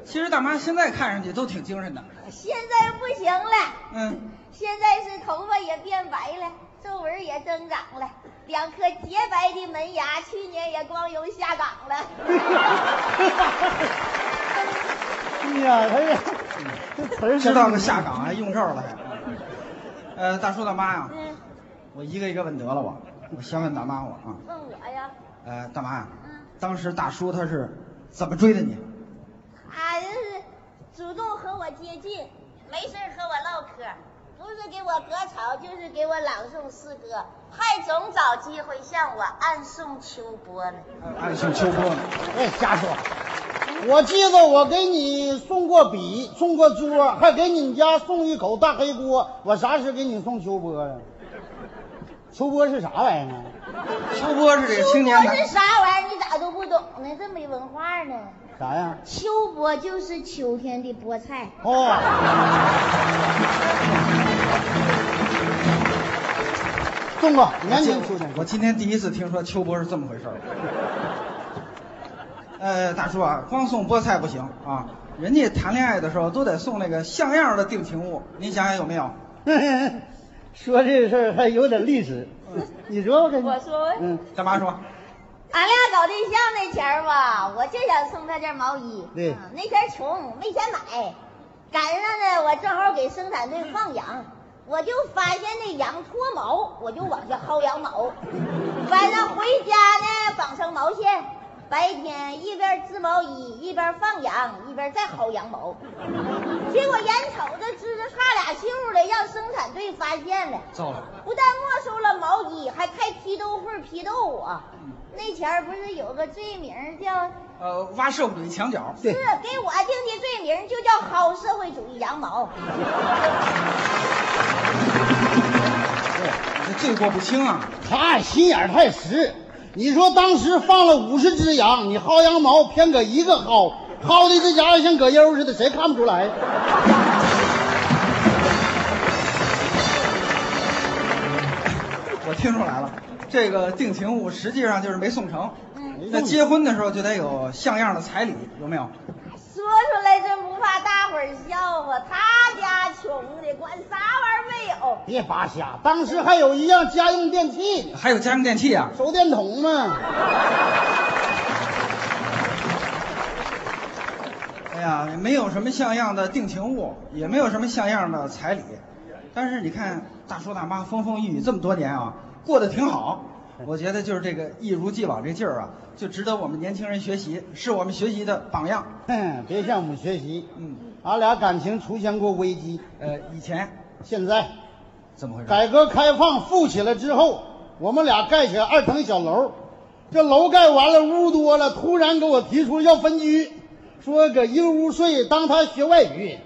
其实大妈现在看上去都挺精神的。
现在不行了，
嗯，
现在是头发也变白了，皱纹也增长了，两颗洁白的门牙去年也光荣下岗了。
哎呀，他这这词儿
知道个下岗还用这儿了还。呃，大叔大妈呀、
嗯，
我一个一个问得了我，我先问大妈我啊，
问我呀，
呃，大妈呀、
嗯
当时大叔他是怎么追的你？
俺是主动和我接近，没事儿和我唠嗑，不是给我割草，就是给我朗诵诗歌，还总找机会向我暗送秋波呢。
暗送秋哎波呢？
别瞎说。我记得我给你送过笔，送过桌，还给你家送一口大黑锅。我啥时给你送秋波啊？秋波是啥玩意儿啊？
秋波是这个青年
秋
男
波，是啥玩意儿？你咋都不懂呢？这没文化呢。
啥呀？
秋波就是秋天的菠菜。
哦，宋哥，你
我
看你
今我今天第一次听说秋波是这么回事儿。呃，大叔啊，光送菠菜不行啊，人家谈恋爱的时候都得送那个像样的定情物，您想想有没有？
说这事儿还有点历史，你说我跟你
我说
嗯，
大妈说，
俺俩搞对象那前儿吧，我就想送他件毛衣。
对
嗯那前儿穷，没钱买，赶上呢，我正好给生产队放羊，我就发现那羊脱毛，我就往下薅羊毛。晚上回家呢，绑上毛线，白天一边织毛衣，一边放羊，一边再薅羊毛。结果眼瞅着织着差俩袖儿了，让生产队发现了。
糟了，
不但没收了毛衣，还开批斗会儿批斗我。那前儿不是有个罪名叫
呃，挖社会主义墙角。
是给我定的罪名就叫薅社会主义羊毛。
对，你哎这罪过不轻啊。
他心眼儿太实。你说当时放了五十只羊，你薅羊毛偏搁一个薅，薅的这家伙像葛优似的，谁看不出来？
我听出来了，这个定情物实际上就是没送成。
嗯
那结婚的时候就得有像样的彩礼，有没有？
说出来真不怕大伙儿笑话，他家穷的管啥玩意儿没有。
别扒瞎，当时还有一样家用电器呢，
还有家用电器啊？
手电筒嘛。
哎呀，没有什么像样的定情物，也没有什么像样的彩礼，但是你看大叔大妈风风雨雨这么多年啊，过得 挺好。我觉得就是这个一如既往这劲儿啊，就值得我们年轻人学习，是我们学习的榜样。
哼，别向我们学习。
嗯，
俺俩感情出现过危机，
呃，以前
现在
怎么回事？
改革开放富起来之后，我们俩盖起二层小楼，这楼盖完了，屋多了，突然给我提出要分居，说搁一个屋睡，当他学外语。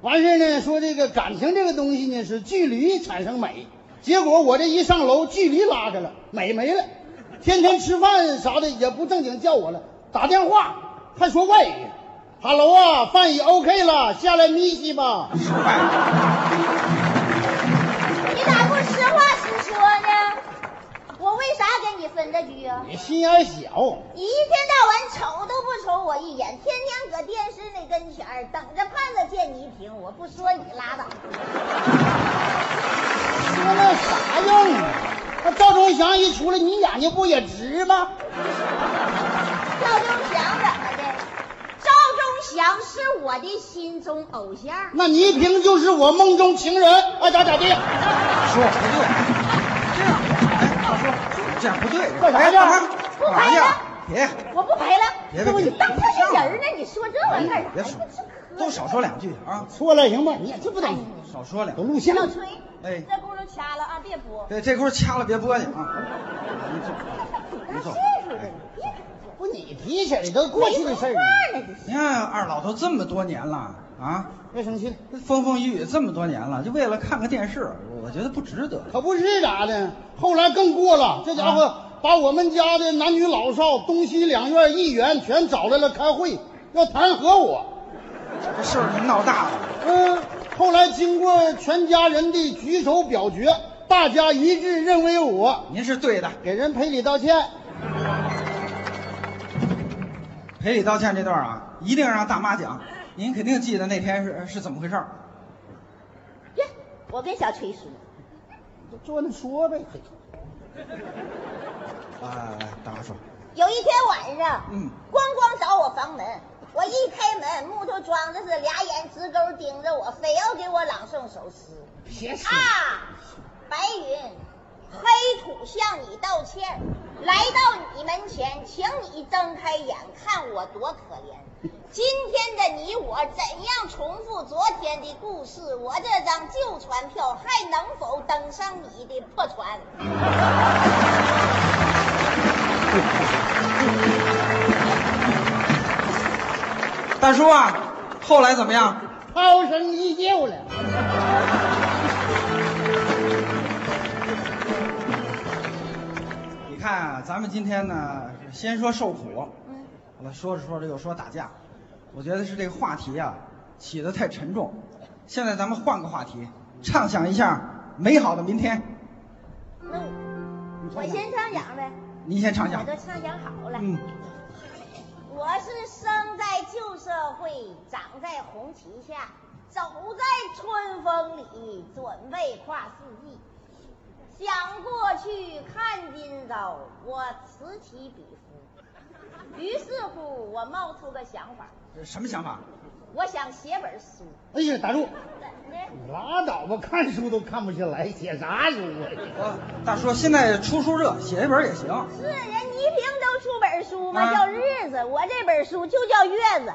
完事儿呢，说这个感情这个东西呢是距离产生美，结果我这一上楼，距离拉开了，美没了，天天吃饭啥的也不正经叫我了，打电话还说外语，Hello 啊，饭已 OK 了，下来咪西吧。
失败。
你咋不实话实说呢？我为啥跟你分这局啊？
你心眼小，
你一天到晚瞅都不瞅我一眼，天天搁电视那跟前儿等着盼着见你一停，我不说你拉倒。
说那啥用啊？那赵忠祥一出来，你眼睛不也直吗？
赵忠祥怎么的？赵忠祥是我的心中偶像。
那倪萍就是我梦中情人，爱咋咋地。
说不对，这样，哎，大叔，这样不对。
干啥去
哎大妈
不
干嘛
赔
去
了？，
别，
我不赔了。
别别别
你当他是人呢？你说这玩意儿
哎别
干
说
啥呀？这
都少说两句啊，
错了行吧？你这不得
少说两
有
句。
录像
小崔，
哎
这轱�辘掐了啊，别播。哎
对，这锅掐了别播去啊。你走，
挺大
你哎走
岁。数的，别
不你提起来都过去的事儿
话
了，
呢，这
你看二老都这么多年了啊，
别生气，
风风雨雨这么多年了，就为了看个电视，我觉得不值得。
可不是咋的。后来更过了，这家伙
啊
把我们家的男女老少、东西两院议员全找来了开会，要弹劾我。
这事儿就闹大了。
嗯，后来经过全家人的举手表决，大家一致认为我
您是对的，
给人赔礼道歉。
赔礼道歉这段啊，一定让大妈讲。您肯定记得那天是是怎么回事儿。
别，我跟小崔说，
坐那说呗。哎
啊，大妈说，
有一天晚上，
嗯
咣咣找我房门，我一开门，木头桩子是俩眼直勾盯着我，非要给我朗诵首诗。
别说，
啊，白云，黑土向你道歉，来到你门前，请你睁开眼，看我多可怜。今天的你我怎样重复昨天的故事？我这张旧船票还能否登上你的破 船？
大叔啊，后来怎么样？
涛声依旧了。
你看啊，咱们今天呢，先说受苦，
嗯，
我说着说着又说打架，我觉得是这个话题啊起得太沉重。现在咱们换个话题，畅想一下美好的明天。
嗯，那我先唱讲呗。
您先唱讲
我都唱讲好了。
嗯，
我是生在旧社会，长在红旗下，走在春风里，准备跨世纪。想过去，看今朝，我此起彼伏。于是乎，我冒出个想法，
这什么想法？
我想写本书。
哎呀，打住！
怎么的？
拉倒吧，看书都看不下来，写啥书
啊？
大叔，现在出书热，写一本也行。
是人倪萍都出本书嘛，
啊
叫《日子》，我这本书就叫《月子》。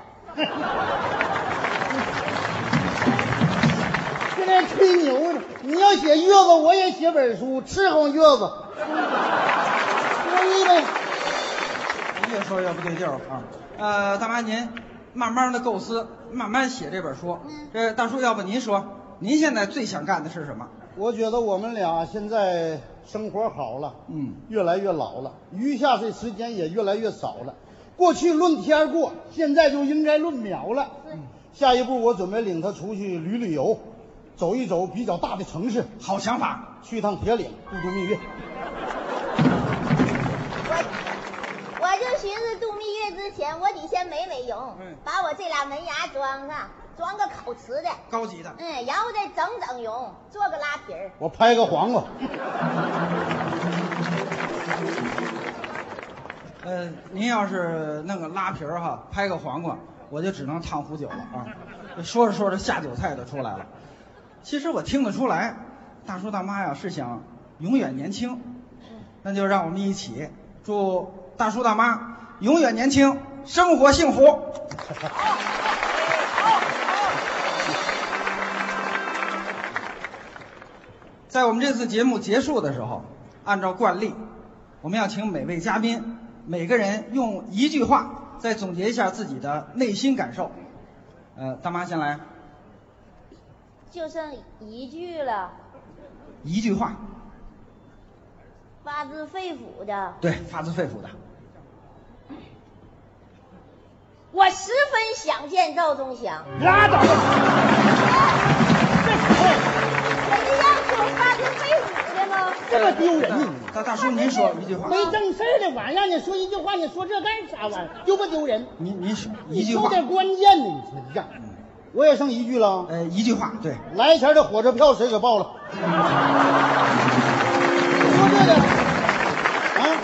现在吹牛呢，你要写月子，我也写本书，伺候月子，容易呗。
越说越不对劲儿啊！呃，大妈您慢慢的构思，慢慢写这本书。这大叔，要不您说，您现在最想干的是什么？
我觉得我们俩现在生活好了，
嗯，
越来越老了，余下这时间也越来越少了。过去论天儿过，现在就应该论秒了。
嗯
下一步我准备领他出去旅旅游，走一走比较大的城市，
好想法。
去趟铁岭度度蜜月。
我就寻思度蜜月之前，我得先美美容
嗯，
把我这俩门牙装上，装个烤瓷的，
高级的，
嗯，然后再整整容，做个拉皮儿。
我拍个黄瓜，
呃，您要是弄个拉皮儿哈，拍个黄瓜，我就只能烫壶酒了啊！说着说着，下酒菜都出来了。其实我听得出来，大叔大妈呀是想永远年轻，那就让我们一起祝大叔大妈永远年轻，生活幸福。在我们这次节目结束的时候，按照惯例，我们要请每位嘉宾每个人用一句话再总结一下自己的内心感受。呃，大妈先来，
就剩一句了，
一句话，
发自肺腑的，
对，发自肺腑的。
我十分想见赵忠祥。
拉倒吧。
我就让我发自肺腑的吗？
这么丢人呢
大大叔，您说一句话，
没正事儿的玩意儿，让你说一句话，你说这干啥玩意儿？丢不丢人？
您您说一
你
句
说
话，
点关键的，你说
哎呀，我也剩一句了，
嗯呃，一句话，对，
来钱的火车票谁给报了？说这个啊。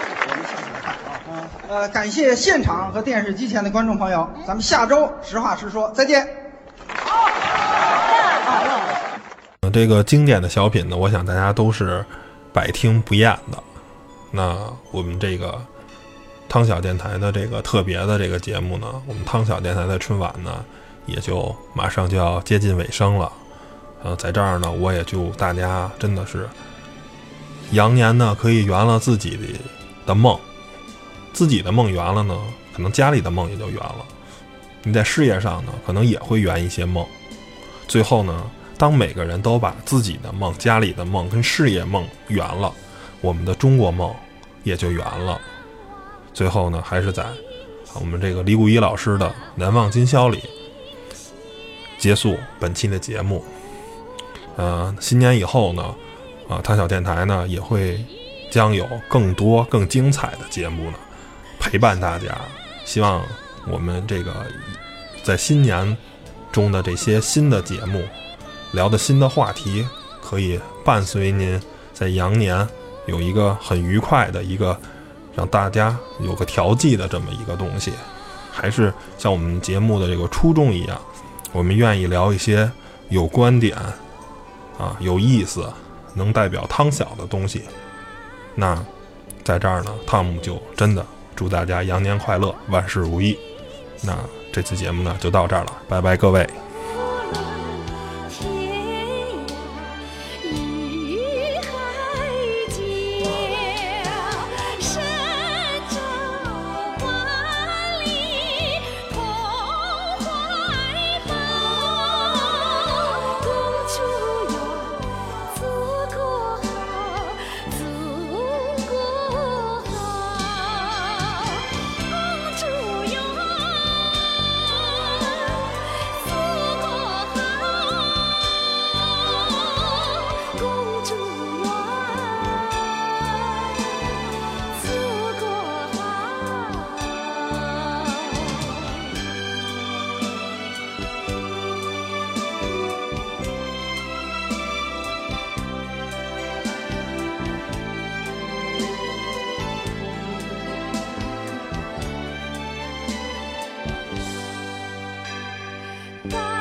呃，感谢现场和电视机前的观众朋友，咱们下周实话实说，再见。
呃，这个经典的小品呢，我想大家都是百听不厌的。那我们这个汤小电台的这个特别的这个节目呢，我们汤小电台的春晚呢，也就马上就要接近尾声了。呃，在这儿呢，我也祝大家真的是羊年呢可以圆了自己的的梦，自己的梦圆了呢，可能家里的梦也就圆了。你在事业上呢，可能也会圆一些梦。最后呢，当每个人都把自己的梦、家里的梦跟事业梦圆了，我们的中国梦也就圆了。最后呢，还是在啊我们这个李谷一老师的《难忘今宵》里结束本期的节目。呃，新年以后呢，啊、呃，汤小电台呢也会将有更多更精彩的节目呢陪伴大家。希望我们这个在新年中的这些新的节目，聊的新的话题，可以伴随您呃在羊年有一个很愉快的一个让大家有个调剂的这么一个东西。还是像我们节目的这个初衷一样，我们愿意聊一些有观点啊、有意思、能代表汤小的东西。那在这儿呢，汤姆就真的祝大家羊年快乐，万事如意。那这期节目呢就到这儿了，拜拜各位。
无论天涯与海角，神州万里同怀抱。共祝愿祖国好，祖国好，共祝愿。祖
在。